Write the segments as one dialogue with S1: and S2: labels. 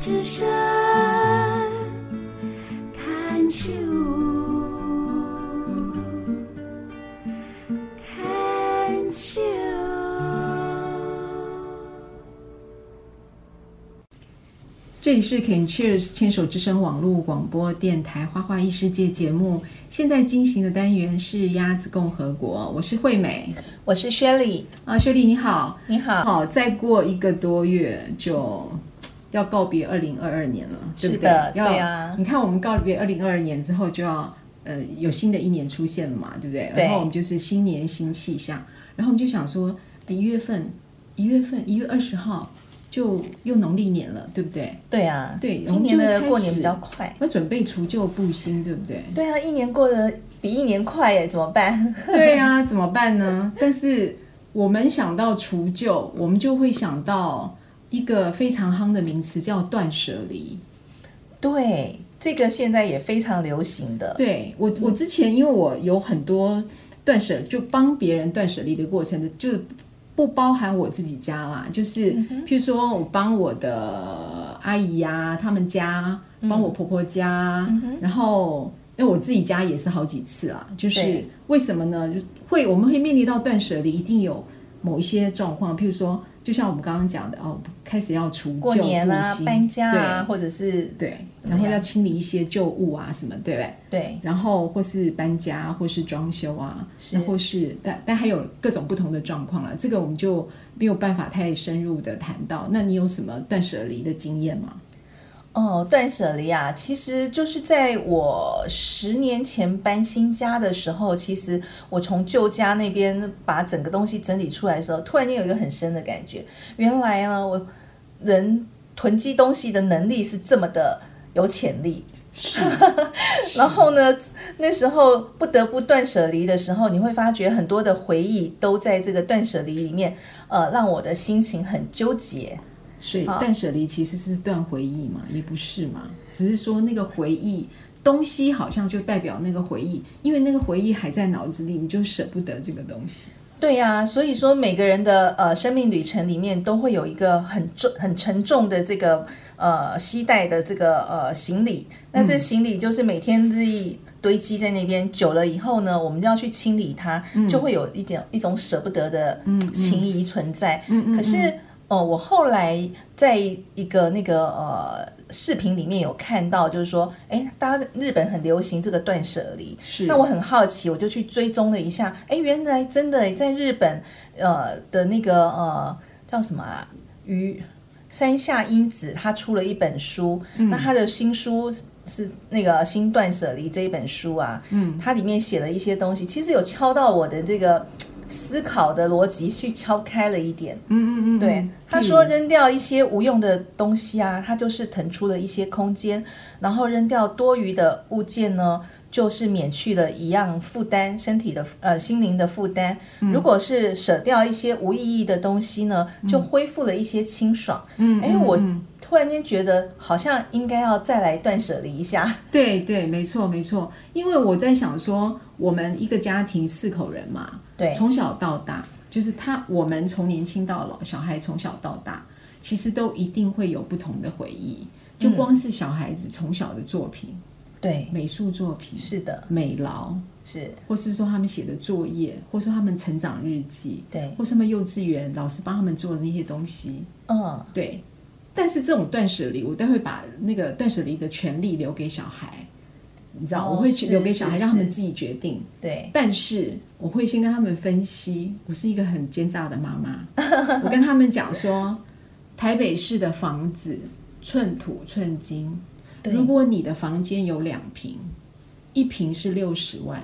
S1: 之声看秋，看秋。
S2: 这里是 Can Cheers 牵手之声网络广播电台《花花异世界》节目，现在进行的单元是鸭子共和国，我是惠美
S3: 我是薛礼，
S2: 啊，秀丽你好，
S3: 你好。
S2: 好，再过一个多月就要告别二零二二年了，对不
S3: 是的
S2: 要
S3: 对啊
S2: 你看我们告别二零二二年之后，就要呃有新的一年出现了嘛，对不对？
S3: 对
S2: 然后我们就是新年新气象，然后我们就想说，呃一月份，一月份，一月二十号就又农历年了，对不对？
S3: 对啊，
S2: 对我
S3: 今
S2: 们
S3: 年
S2: 就
S3: 的
S2: 开
S3: 过年
S2: 始
S3: 比较快。
S2: 要准备除旧布新，对不对？
S3: 对啊，一年过得比一年快耶，怎么办？
S2: 对啊，怎么办呢？但是我们想到除旧，我们就会想到一个非常夯的名词，叫断舍离。
S3: 对，这个现在也非常流行的。
S2: 对我，我之前因为我有很多断舍，就帮别人断舍离的过程，就不包含我自己家啦。就是、
S3: 嗯
S2: 譬如说我帮我的阿姨呀、他们家，帮我婆婆家，
S3: 嗯
S2: 然后那我自己家也是好几次啊。就是
S3: 对
S2: 为什么呢？就会我们会面临到断舍离，一定有某一些状况，譬如说，就像我们刚刚讲的哦，开始要除旧
S3: 过年啊
S2: 布，新
S3: 搬家啊，或者是
S2: 对对，
S3: 怎么
S2: 然后
S3: 样
S2: 要清理一些旧物啊什么，对不对？
S3: 对
S2: 然后或是搬家，或是装修啊，
S3: 是
S2: 然后是但但还有各种不同的状况了，这个我们就没有办法太深入的谈到。那你有什么断舍离的经验吗？
S3: 哦，断舍离啊，其实就是在我十年前搬新家的时候，其实我从旧家那边把整个东西整理出来的时候，突然间有一个很深的感觉，原来呢，我人囤积东西的能力是这么的有潜力，
S2: 是，
S3: 然后呢，那时候不得不断舍离的时候，你会发觉很多的回忆都在这个断舍离里面，呃，让我的心情很纠结。
S2: 所以断舍离其实是断回忆嘛，也不是嘛，只是说那个回忆东西好像就代表那个回忆，因为那个回忆还在脑子里，你就舍不得这个东西。
S3: 对呀、所以说每个人的呃生命旅程里面都会有一个很重、很沉重的这个呃携带的这个呃行李。那这行李就是每天日益堆积在那边，久了以后呢，我们就要去清理它，就会有一点一种舍不得的情谊存在。可是哦，我后来在一个那个呃视频里面有看到，就是说，哎，大家日本很流行这个断舍离，
S2: 是
S3: 那我很好奇，我就去追踪了一下，哎，原来真的在日本，呃的那个呃叫什么啊，于山下英子，她出了一本书，那她的新书是那个《新断舍离》这一本书啊，嗯，它里面写了一些东西，其实有敲到我的这个思考的逻辑，去敲开了一点。
S2: 嗯嗯嗯，
S3: 对
S2: 嗯，
S3: 他
S2: 譬
S3: 说
S2: 如
S3: 扔掉一些无用的东西啊，它就是腾出了一些空间，然后扔掉多余的物件呢，就是免去了一样负担，身体的呃心灵的负担。
S2: 嗯
S3: 如果是舍掉一些无意义的东西呢，就恢复了一些清爽。
S2: 嗯，
S3: 哎、
S2: 嗯
S3: 我
S2: 嗯
S3: 突然间觉得好像应该要再来断舍离一下。
S2: 对对，没错没错，因为我在想说，我们一个家庭四口人嘛，
S3: 对
S2: 从小到大，就是他，我们从年轻到老，小孩从小到大，其实都一定会有不同的回忆。就
S3: 嗯
S2: 光是小孩子从小的作品，
S3: 对，
S2: 美术作品、
S3: 是的，
S2: 美劳，
S3: 是，
S2: 或是说他们写的作业，或是说他们成长日记，
S3: 对，
S2: 或是他们幼稚园老师帮他们做的那些东西，
S3: 嗯，
S2: 对。但是这种断舍离，我都会把那个断舍离的权利留给小孩，你知道，
S3: 哦
S2: 我会去
S3: 是
S2: 留给小孩，
S3: 是
S2: 让他们
S3: 是
S2: 自己决定。
S3: 对，
S2: 但是我会先跟他们分析，我是一个很奸诈的妈妈， 我跟他们讲说，台北市的房子寸土寸金，
S3: 对
S2: 如果你的房间有两平，一平是六十万，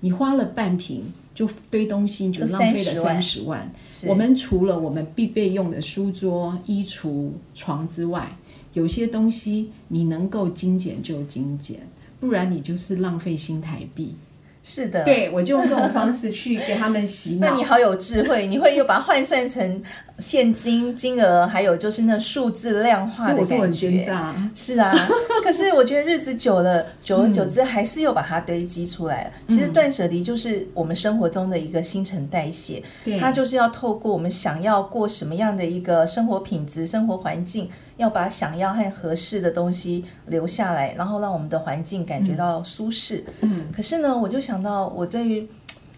S2: 你花了半平就堆东西，你就
S3: 就
S2: 浪费了
S3: 30
S2: 三
S3: 万
S2: 十万。
S3: 是
S2: 我们除了我们必备用的书桌、衣橱、床之外，有些东西你能够精简就精简，不然你就是浪费新台币。
S3: 是的，。
S2: 对我就用这种方式去给他们洗
S3: 那
S2: 脑
S3: 你。好有智慧，你会又把它换算成现金金额，还有就是那数字量
S2: 所
S3: 化
S2: 以
S3: 的
S2: 我说我
S3: 感
S2: 很奸
S3: 觉。
S2: 诈，
S3: 是啊， 可是我觉得日子久了，久而久之还是又把它堆积出来了。其实断舍离就是我们生活中的一个新陈代谢，
S2: 对
S3: 它就是要透过我们想要过什么样的一个生活品质、生活环境，要把想要和合适的东西留下来，然后让我们的环境感觉到舒适。嗯，可是呢，我就想到我对于，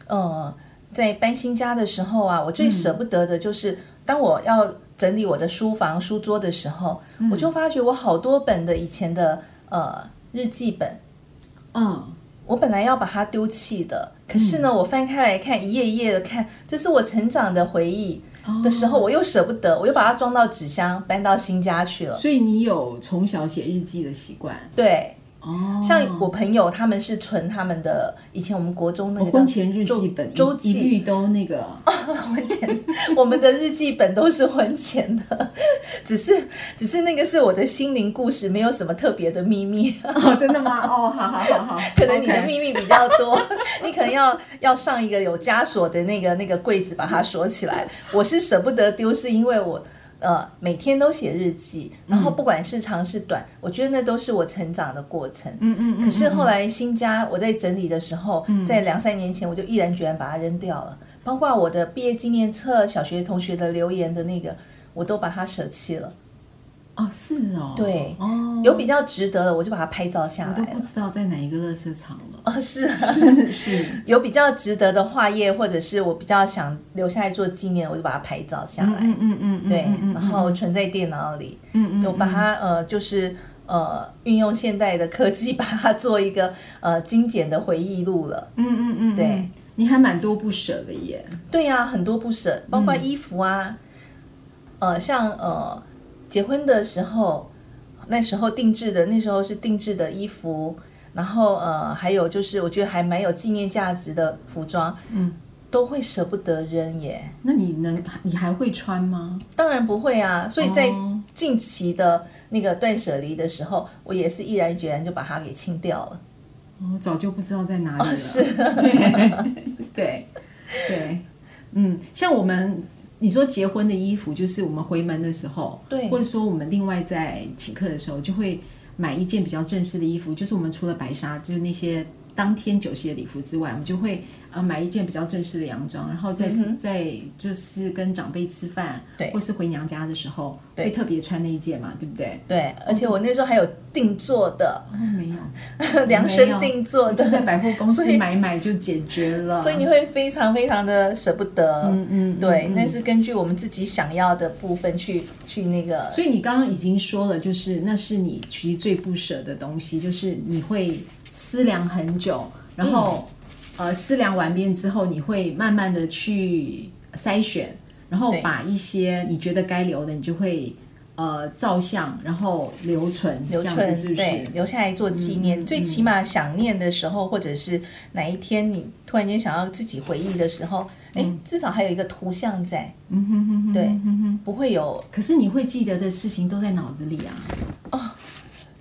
S3: 呃，在搬新家的时候啊，我
S2: 嗯
S3: 最舍不得的就是、当我要整理我的书房、书桌的时候，
S2: 嗯
S3: 我就发觉我好多本的以前的呃日记本，
S2: 嗯，
S3: 我本来要把它丢弃的，可是呢，我翻开来看，一页一页的看，这是我成长的回忆
S2: 哦
S3: 的时候，我又舍不得，我又把它装到纸箱，搬到新家去了。
S2: 所以你有从小写日记的习惯
S3: 对，
S2: 哦，
S3: 像我朋友他们是存他们的，以前我们国中那
S2: 我
S3: 个
S2: 婚前日记本一
S3: 周
S2: 一
S3: 记，
S2: 律都那 个，
S3: 婚前， 我们的日记本都是婚前的， 只是只是那个是我的心灵故事，没有什么特别的秘密。
S2: 哦，真的吗？哦，好好好好，
S3: 可能你的
S2: OK
S3: 秘密比较多 你可能要要上一个有枷锁的那个那个柜子把它锁起来。我是舍不得丢，是因为我呃每天都写日记，然后不管是长是短，我觉得那都是我成长的过程。
S2: 嗯嗯嗯，嗯
S3: 可是后来新家我在整理的时候，在两三年前我就毅然决然把它扔掉了，包括我的毕业纪念册、小学同学的留言的那个，我都把它舍弃了。
S2: 哦是哦，
S3: 对
S2: 哦，
S3: 有比较值得的，我就把它拍照下
S2: 我
S3: 来
S2: 都不
S3: 了。
S2: 知道在哪一个垃圾场了，
S3: 哦，是啊。
S2: 是，
S3: 有比较值得的画页，或者是我比较想留下来做纪念，我就把它拍照下来，
S2: 嗯嗯嗯，嗯
S3: 对
S2: 嗯，嗯
S3: 然后存在电脑里，
S2: 嗯嗯
S3: 我把它呃就是呃运用现代的科技， 把它做一个呃精简的回忆录了。
S2: 嗯嗯嗯，
S3: 对
S2: 嗯，你还蛮多不舍的耶，
S3: 对呀、很多不舍，包括
S2: 嗯
S3: 衣服啊，呃，像呃结婚的时候，那时候定制的，那时候是定制的衣服，然后呃还有就是我觉得还蛮有纪念价值的服装，
S2: 嗯，
S3: 都会舍不得扔耶。
S2: 那你能你还会穿吗？
S3: 当然不会啊，所以在
S2: 哦
S3: 近期的那个断舍离的时候，我也是毅然决然就把它给清掉了。
S2: 我早就不知道在哪里了。
S3: 哦是
S2: 对 对对，嗯，像我们你说结婚的衣服，就是我们回门的时候，
S3: 对
S2: 或者说我们另外在请客的时候，就会买一件比较正式的衣服，就是我们除了白纱，就是那些。当天酒席的礼服之外，我们就会呃买一件比较正式的洋装，然后再、再就是跟长辈吃饭，
S3: 嗯对
S2: 或是回娘家的时候，
S3: 对
S2: 会特别穿那一件嘛，对不对？
S3: 对，而且我那时候还有定做的，
S2: 哦，没有，
S3: 量身定做
S2: 我就
S3: 的，
S2: 在百货公
S3: 所
S2: 司
S3: 以
S2: 买买就解决了。
S3: 所以你会非常非常的舍不得。
S2: 嗯嗯嗯
S3: 对，
S2: 嗯
S3: 那是根据我们自己想要的部分去去那个。
S2: 所以你刚刚已经说了，就是那是你其实最不舍的东西，就是你会思量很久，然后、
S3: 嗯
S2: 呃思量完遍之后，你会慢慢的去筛选，然后
S3: 对
S2: 把一些你觉得该留的，你就会呃照相，然后留存，
S3: 留
S2: 这
S3: 存
S2: 样子是嗯不
S3: 对
S2: 是，？
S3: 留下来做纪念、最起码想念的时候，或者是哪一天你突然间想要自己回忆的时候，哎、至少还有一个图像在，
S2: 嗯哼哼哼，
S3: 对
S2: 嗯哼哼。
S3: 不会有
S2: 可是你会记得的事情都在脑子里啊，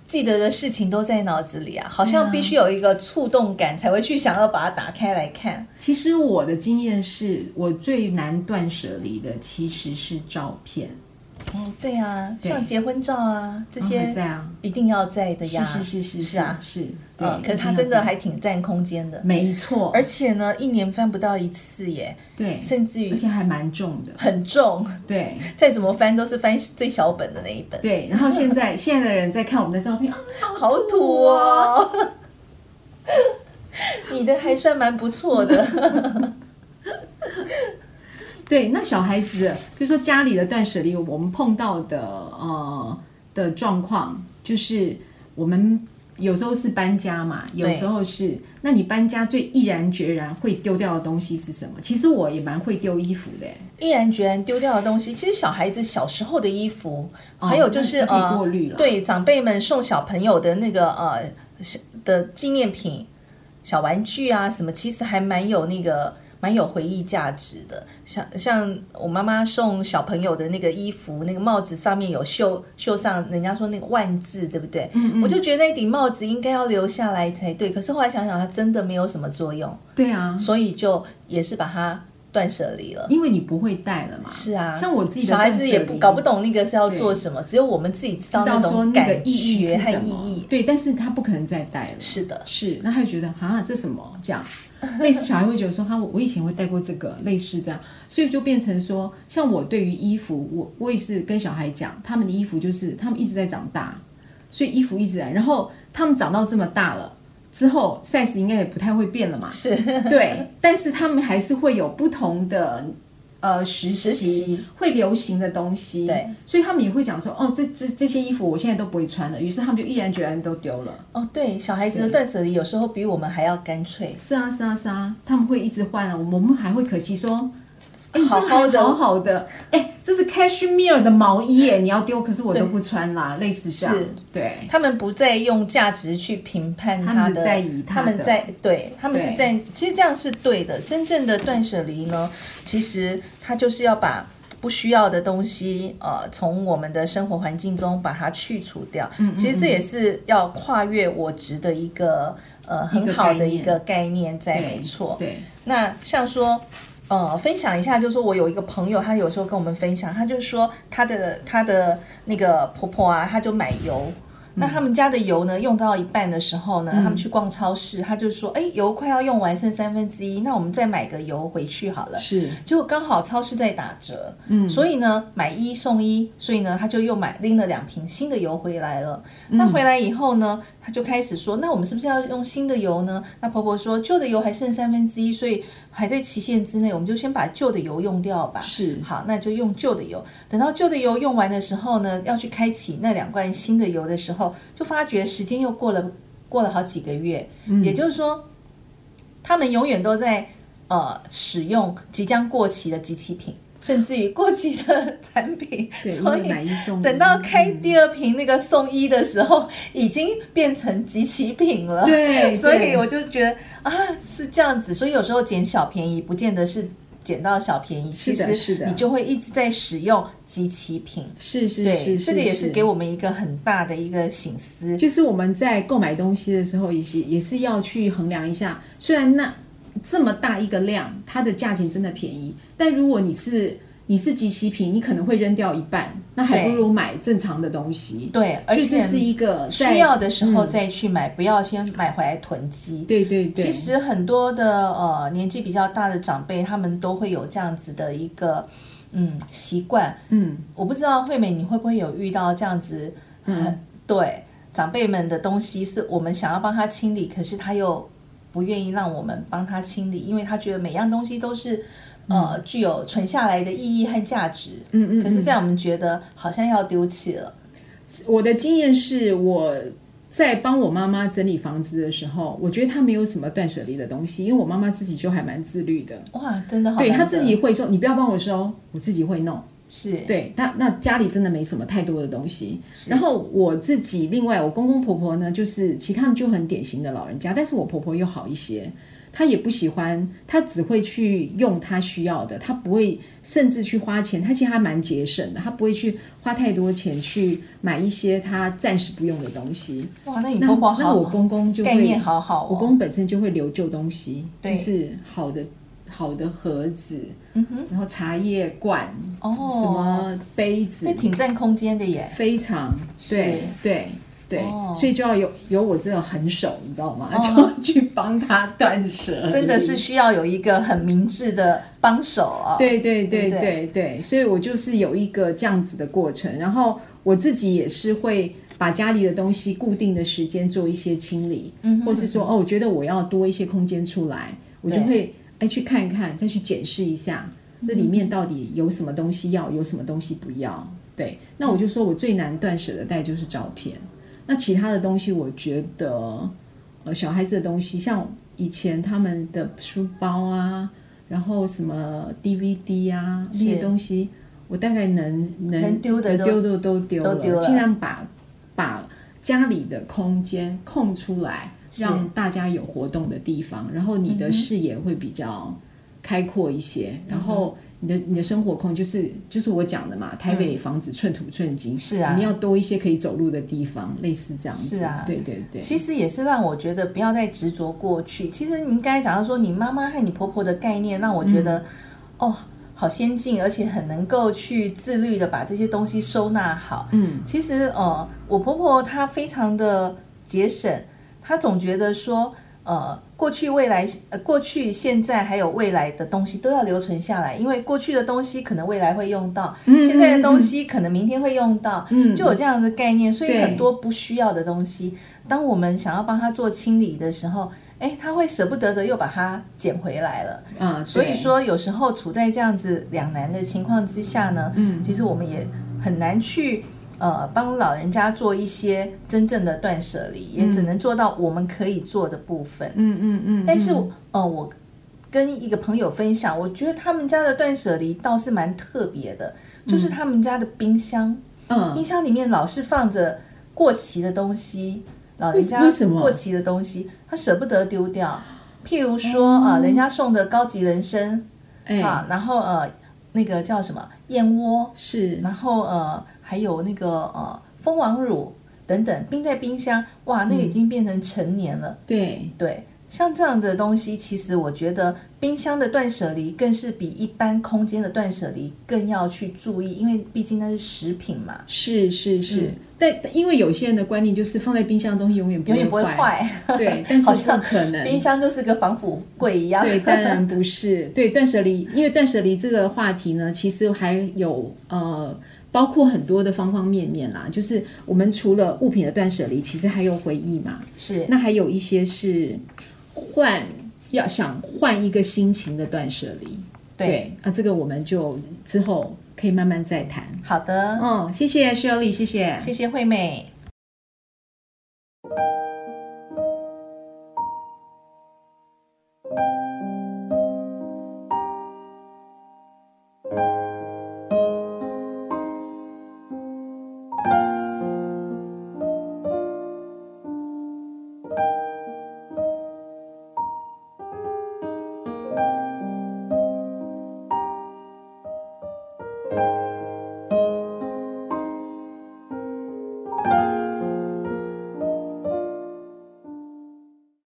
S3: 记得的事情都在脑子里啊，好
S2: 对
S3: 像
S2: 啊
S3: 必须有一个触动感才会去想要把它打开来看。
S2: 其实我的经验是我最难断舍离的其实是照片，
S3: 哦，对啊，
S2: 对
S3: 像结婚照啊这
S2: 然后还在
S3: 些
S2: 啊，
S3: 一定要在的呀。
S2: 是是是是
S3: 是啊，
S2: 是，对
S3: 嗯，。可是它
S2: 一定要
S3: 真的
S2: 这样
S3: 还挺占空间的，
S2: 没错，
S3: 而且呢，一年翻不到一次耶，
S2: 对，
S3: 甚至于
S2: 而且还蛮重的，
S3: 很重，
S2: 对
S3: 再怎么翻都是翻最小本的那一本，
S2: 对。然后现在现在的人在看我们的照片啊，
S3: 好土哦。 你的还算蛮不错的，
S2: 对，那小孩子，比如说家里的断舍离，我们碰到的呃的状况，就是我们有时候是搬家嘛，有时候是，那你搬家最毅然决然会丢掉的东西是什么？其实我也蛮会丢衣服的欸，
S3: 毅然决然丢掉的东西，其实小孩子小时候的衣服，
S2: 哦
S3: 还有就是
S2: 那那可以
S3: 呃
S2: 过滤了
S3: 对长辈们送小朋友的那个呃是的纪念品、小玩具啊什么，其实还蛮有那个蛮有回忆价值的。像像我妈妈送小朋友的那个衣服，那个帽子上面有绣绣上，人家说那个万字，对不对？嗯嗯我就觉得那顶帽子应该要留下来才对，可是后来想想，它真的没有什么作用，
S2: 对啊，
S3: 所以就也是把它断舍离了。
S2: 因为你不会带了嘛。
S3: 是啊，
S2: 像我自己的
S3: 小孩
S2: 断舍
S3: 子也不
S2: 离
S3: 搞不懂那个是要做什么，只有我们自己知
S2: 知
S3: 道
S2: 道说
S3: 种
S2: 那个
S3: 感
S2: 意义
S3: 觉
S2: 是
S3: 和
S2: 什
S3: 意
S2: 么
S3: 义。。
S2: 对，但是他不可能再带了。
S3: 是的，
S2: 是，那他就觉得啊，这什么这样，类似小孩会觉得说，哈，我我以前会带过这个，类似这样，所以就变成说，像我对于衣服，我我也是跟小孩讲，他们的衣服就是他们一直在长大，所以衣服一直在，然后他们长到这么大了之后，size 应该也不太会变了嘛，
S3: 是
S2: 对，但是他们还是会有不同的呃时期
S3: 时期
S2: 会流行的东西，
S3: 对，
S2: 所以他们也会讲说，哦，这这这些衣服我现在都不会穿了，于是他们就毅然决然都丢了。
S3: 哦，对，小孩子的断舍离有时候比我们还要干脆。
S2: 是啊，是啊，是啊，他们会一直换啊，我们我们还会可惜说，哎、
S3: 好
S2: 这
S3: 好
S2: 个
S3: 的
S2: 还好好的，哎、这是 cashmere 的毛衣耶，你要丢，可是我都不穿啦，类似这样
S3: 是，
S2: 对，
S3: 他们不再用价值去评判
S2: 他
S3: 他
S2: 们
S3: 的，
S2: 只在意他
S3: 他们
S2: 的
S3: 在对，他们是
S2: 对
S3: 在，其实这样是对的。真正的断舍离呢，其实它就是要把不需要的东西，呃，从我们的生活环境中把它去除掉。
S2: 嗯嗯
S3: 其实这也是要跨越我值的一个呃
S2: 一个
S3: 很好的
S2: 概
S3: 一
S2: 念
S3: 个概念在，
S2: 对
S3: 没错。
S2: 对，
S3: 那像说，呃，分享一下，就是说我有一个朋友，她有时候跟我们分享，她就说她的她的那个婆婆啊，她就买油。那他们家的油呢，用到一半的时候呢，他们去逛超市，她就说：“哎，油快要用完，剩三分之一，那我们再买个油回去好了。”
S2: 是，
S3: 结果刚好超市在打折，
S2: 嗯，
S3: 所以呢买一送一，所以呢他就又买拎了两瓶新的油回来了。那回来以后呢，他就开始说，那我们是不是要用新的油呢？那婆婆说旧的油还剩三分之一，所以还在期限之内，我们就先把旧的油用掉吧。
S2: 是
S3: 好，那就用旧的油。等到旧的油用完的时候呢，要去开启那两罐新的油的时候，就发觉时间又过了过了好几个月，
S2: 嗯
S3: 也就是说，他们永远都在呃使用即将过期的机器品，甚至于过期的 产品，
S2: 对，因
S3: 所
S2: 为
S3: 以
S2: 买一嗯送一，
S3: 等到开第二瓶那个送一的时候，已经变成集齐品了。
S2: 对
S3: 所
S2: 哎
S3: 以
S2: 对
S3: 我就觉得啊，是这样子。所以有时候捡小便宜，不见得是捡到小便宜，
S2: 是
S3: 其
S2: 的
S3: 实
S2: 是的
S3: 你就会一直在使用集齐品。
S2: 是是是是，
S3: 对，这个也是给我们一个很大的一个醒思。
S2: 就是我们在购买东西的时候，也是也是要去衡量一下，虽然那这么大一个量，它的价钱真的便宜，但如果你是你是集齐品，你可能会扔掉一半，那还不如买正常的东西。
S3: 对，而
S2: 就这
S3: 且
S2: 是一个在
S3: 需要的时候
S2: 嗯
S3: 再去买，不要先买回来囤积。
S2: 对对对，
S3: 其实很多的呃年纪比较大的长辈，他们都会有这样子的一个嗯习惯。
S2: 嗯，
S3: 我不知道惠美你会不会有遇到这样子，嗯，对长辈们的东西是我们想要帮他清理，可是他又不愿意让我们帮他清理，因为他觉得每样东西都是。呃，具有存下来的意义和价值，
S2: 嗯嗯嗯
S3: 可是这样我们觉得好像要丢弃了，
S2: 我的经验是我。在帮我妈妈整理房子的时候，我觉得她没有什么断舍离的东西，因为我妈妈自己就还蛮自律的，
S3: 哇，真的好难
S2: 对
S3: 得，
S2: 她自己会说：“你不要帮我收，我自己会弄。”
S3: 是
S2: 对，那那家里真的没什么太多的东西。然后我自己，另外我公公婆婆呢，就是其实他们就很典型的老人家，但是我婆婆又好一些，她也不喜欢，她只会去用她需要的，她不会甚至去花钱，她其实还蛮节省的，她不会去花太多钱去买一些她暂时不用的东西。
S3: 哇，那你
S2: 那
S3: 婆婆好，
S2: 那我公公就
S3: 概
S2: 会
S3: 念好好、哦，
S2: 我公本身就会留旧东西，
S3: 对嗯
S2: 就是好的好的盒子，然后茶叶罐，
S3: 哦
S2: 什么杯子
S3: 那，挺占空间的耶，
S2: 非常对对对、
S3: 哦
S2: 所以就要有有我这种狠手，你知道吗？
S3: 哦
S2: 就要去帮他断舍，
S3: 真的是。需要有一个很明智的帮手啊、哦。，
S2: 对对对
S3: 对不对
S2: 对对，所以我就是有一个这样子的过程，然后我自己也是会把家里的东西固定的时间做一些清理，
S3: 嗯哼嗯
S2: 或是说哦，我觉得我要多一些空间出来，我就
S3: 对
S2: 会哎去看看，再去检视一下
S3: 嗯
S2: 这里面到底有什么东西要，有什么东西不要。对，那我就说我最难断舍的带就是照片，那其他的东西我觉得，呃，小孩子的东西，像以前他们的书包啊，然后什么 DVD 啊那
S3: 是
S2: 些东西，我大概能能
S3: 能丢的都
S2: 丢的都丢
S3: 都
S2: 了，
S3: 丢了
S2: 尽量把把家里的空间空出来，
S3: 是嗯
S2: 让大家有活动的地方，然后你的视野会比较开阔一些，
S3: 嗯
S2: 然后你的你的生活空就是就是我讲的嘛，台北房子寸土寸金，
S3: 嗯是啊
S2: 你要多一些可以走路的地方，类似这样子，
S3: 是啊
S2: 对对对，
S3: 其实也是让我觉得不要再执着过去。其实您刚才讲到说，你妈妈和你婆婆的概念，让我觉得哦，好先进，而且很能够去自律的把这些东西收纳好。
S2: 嗯，
S3: 其实呃，我婆婆她非常的节省，她总觉得说，呃，过去、未来、呃、过去、现在还有未来的东西都要留存下来，因为过去的东西可能未来会用到，
S2: 嗯
S3: 现在的东西可能明天会用到，
S2: 嗯
S3: 就有这样的概念。所以
S2: 对
S3: 很多不需要的东西，当我们想要帮她做清理的时候，哎，她会舍不得的又把它捡回来了。
S2: 啊，对
S3: 所以说，有时候处在这样子两难的情况之下呢，
S2: 嗯
S3: 其实我们也很难去呃帮老人家做一些真正的断舍离，也只能做到我们可以做的部分。
S2: 嗯嗯嗯，
S3: 但是
S2: 嗯
S3: 我，呃，我跟一个朋友分享，我觉得他们家的断舍离倒是蛮特别的，就是他们家的冰箱，
S2: 嗯
S3: 冰箱里面老是放着过期的东西，老人家
S2: 为什么
S3: 过期的东西，他舍不得丢掉。譬如说
S2: 哦
S3: 啊、呃人家送的高级人参
S2: 哎、
S3: 啊，然后呃，那个叫什么燕窝，
S2: 是
S3: 然后呃，还有那个呃蜂王乳等等，冰在冰箱，
S2: 嗯
S3: 哇，那个已经变成成年了。
S2: 对
S3: 对，像这样的东西，其实我觉得冰箱的断舍离更是比一般空间的断舍离更要去注意，因为毕竟那是食品嘛。
S2: 是是是、
S3: 嗯
S2: 但但因为有些人的观念就是放在冰箱的东西永远不
S3: 永远不会
S2: 会坏，
S3: 坏，
S2: 对，但是
S3: 好像
S2: 不可能。
S3: 冰箱就是个防腐柜一样。
S2: 对，当然不是。对断舍离，因为断舍离这个话题呢，其实还有呃，包括很多的方方面面啦。就是我们除了物品的断舍离，其实还有回忆嘛。
S3: 是
S2: 那还有一些是换，要想换一个心情的断舍离。
S3: 对
S2: 啊，这个我们就之后可以慢慢再谈。哦
S3: 好的，
S2: 嗯，谢谢 Shirley，谢谢
S3: 谢谢惠美。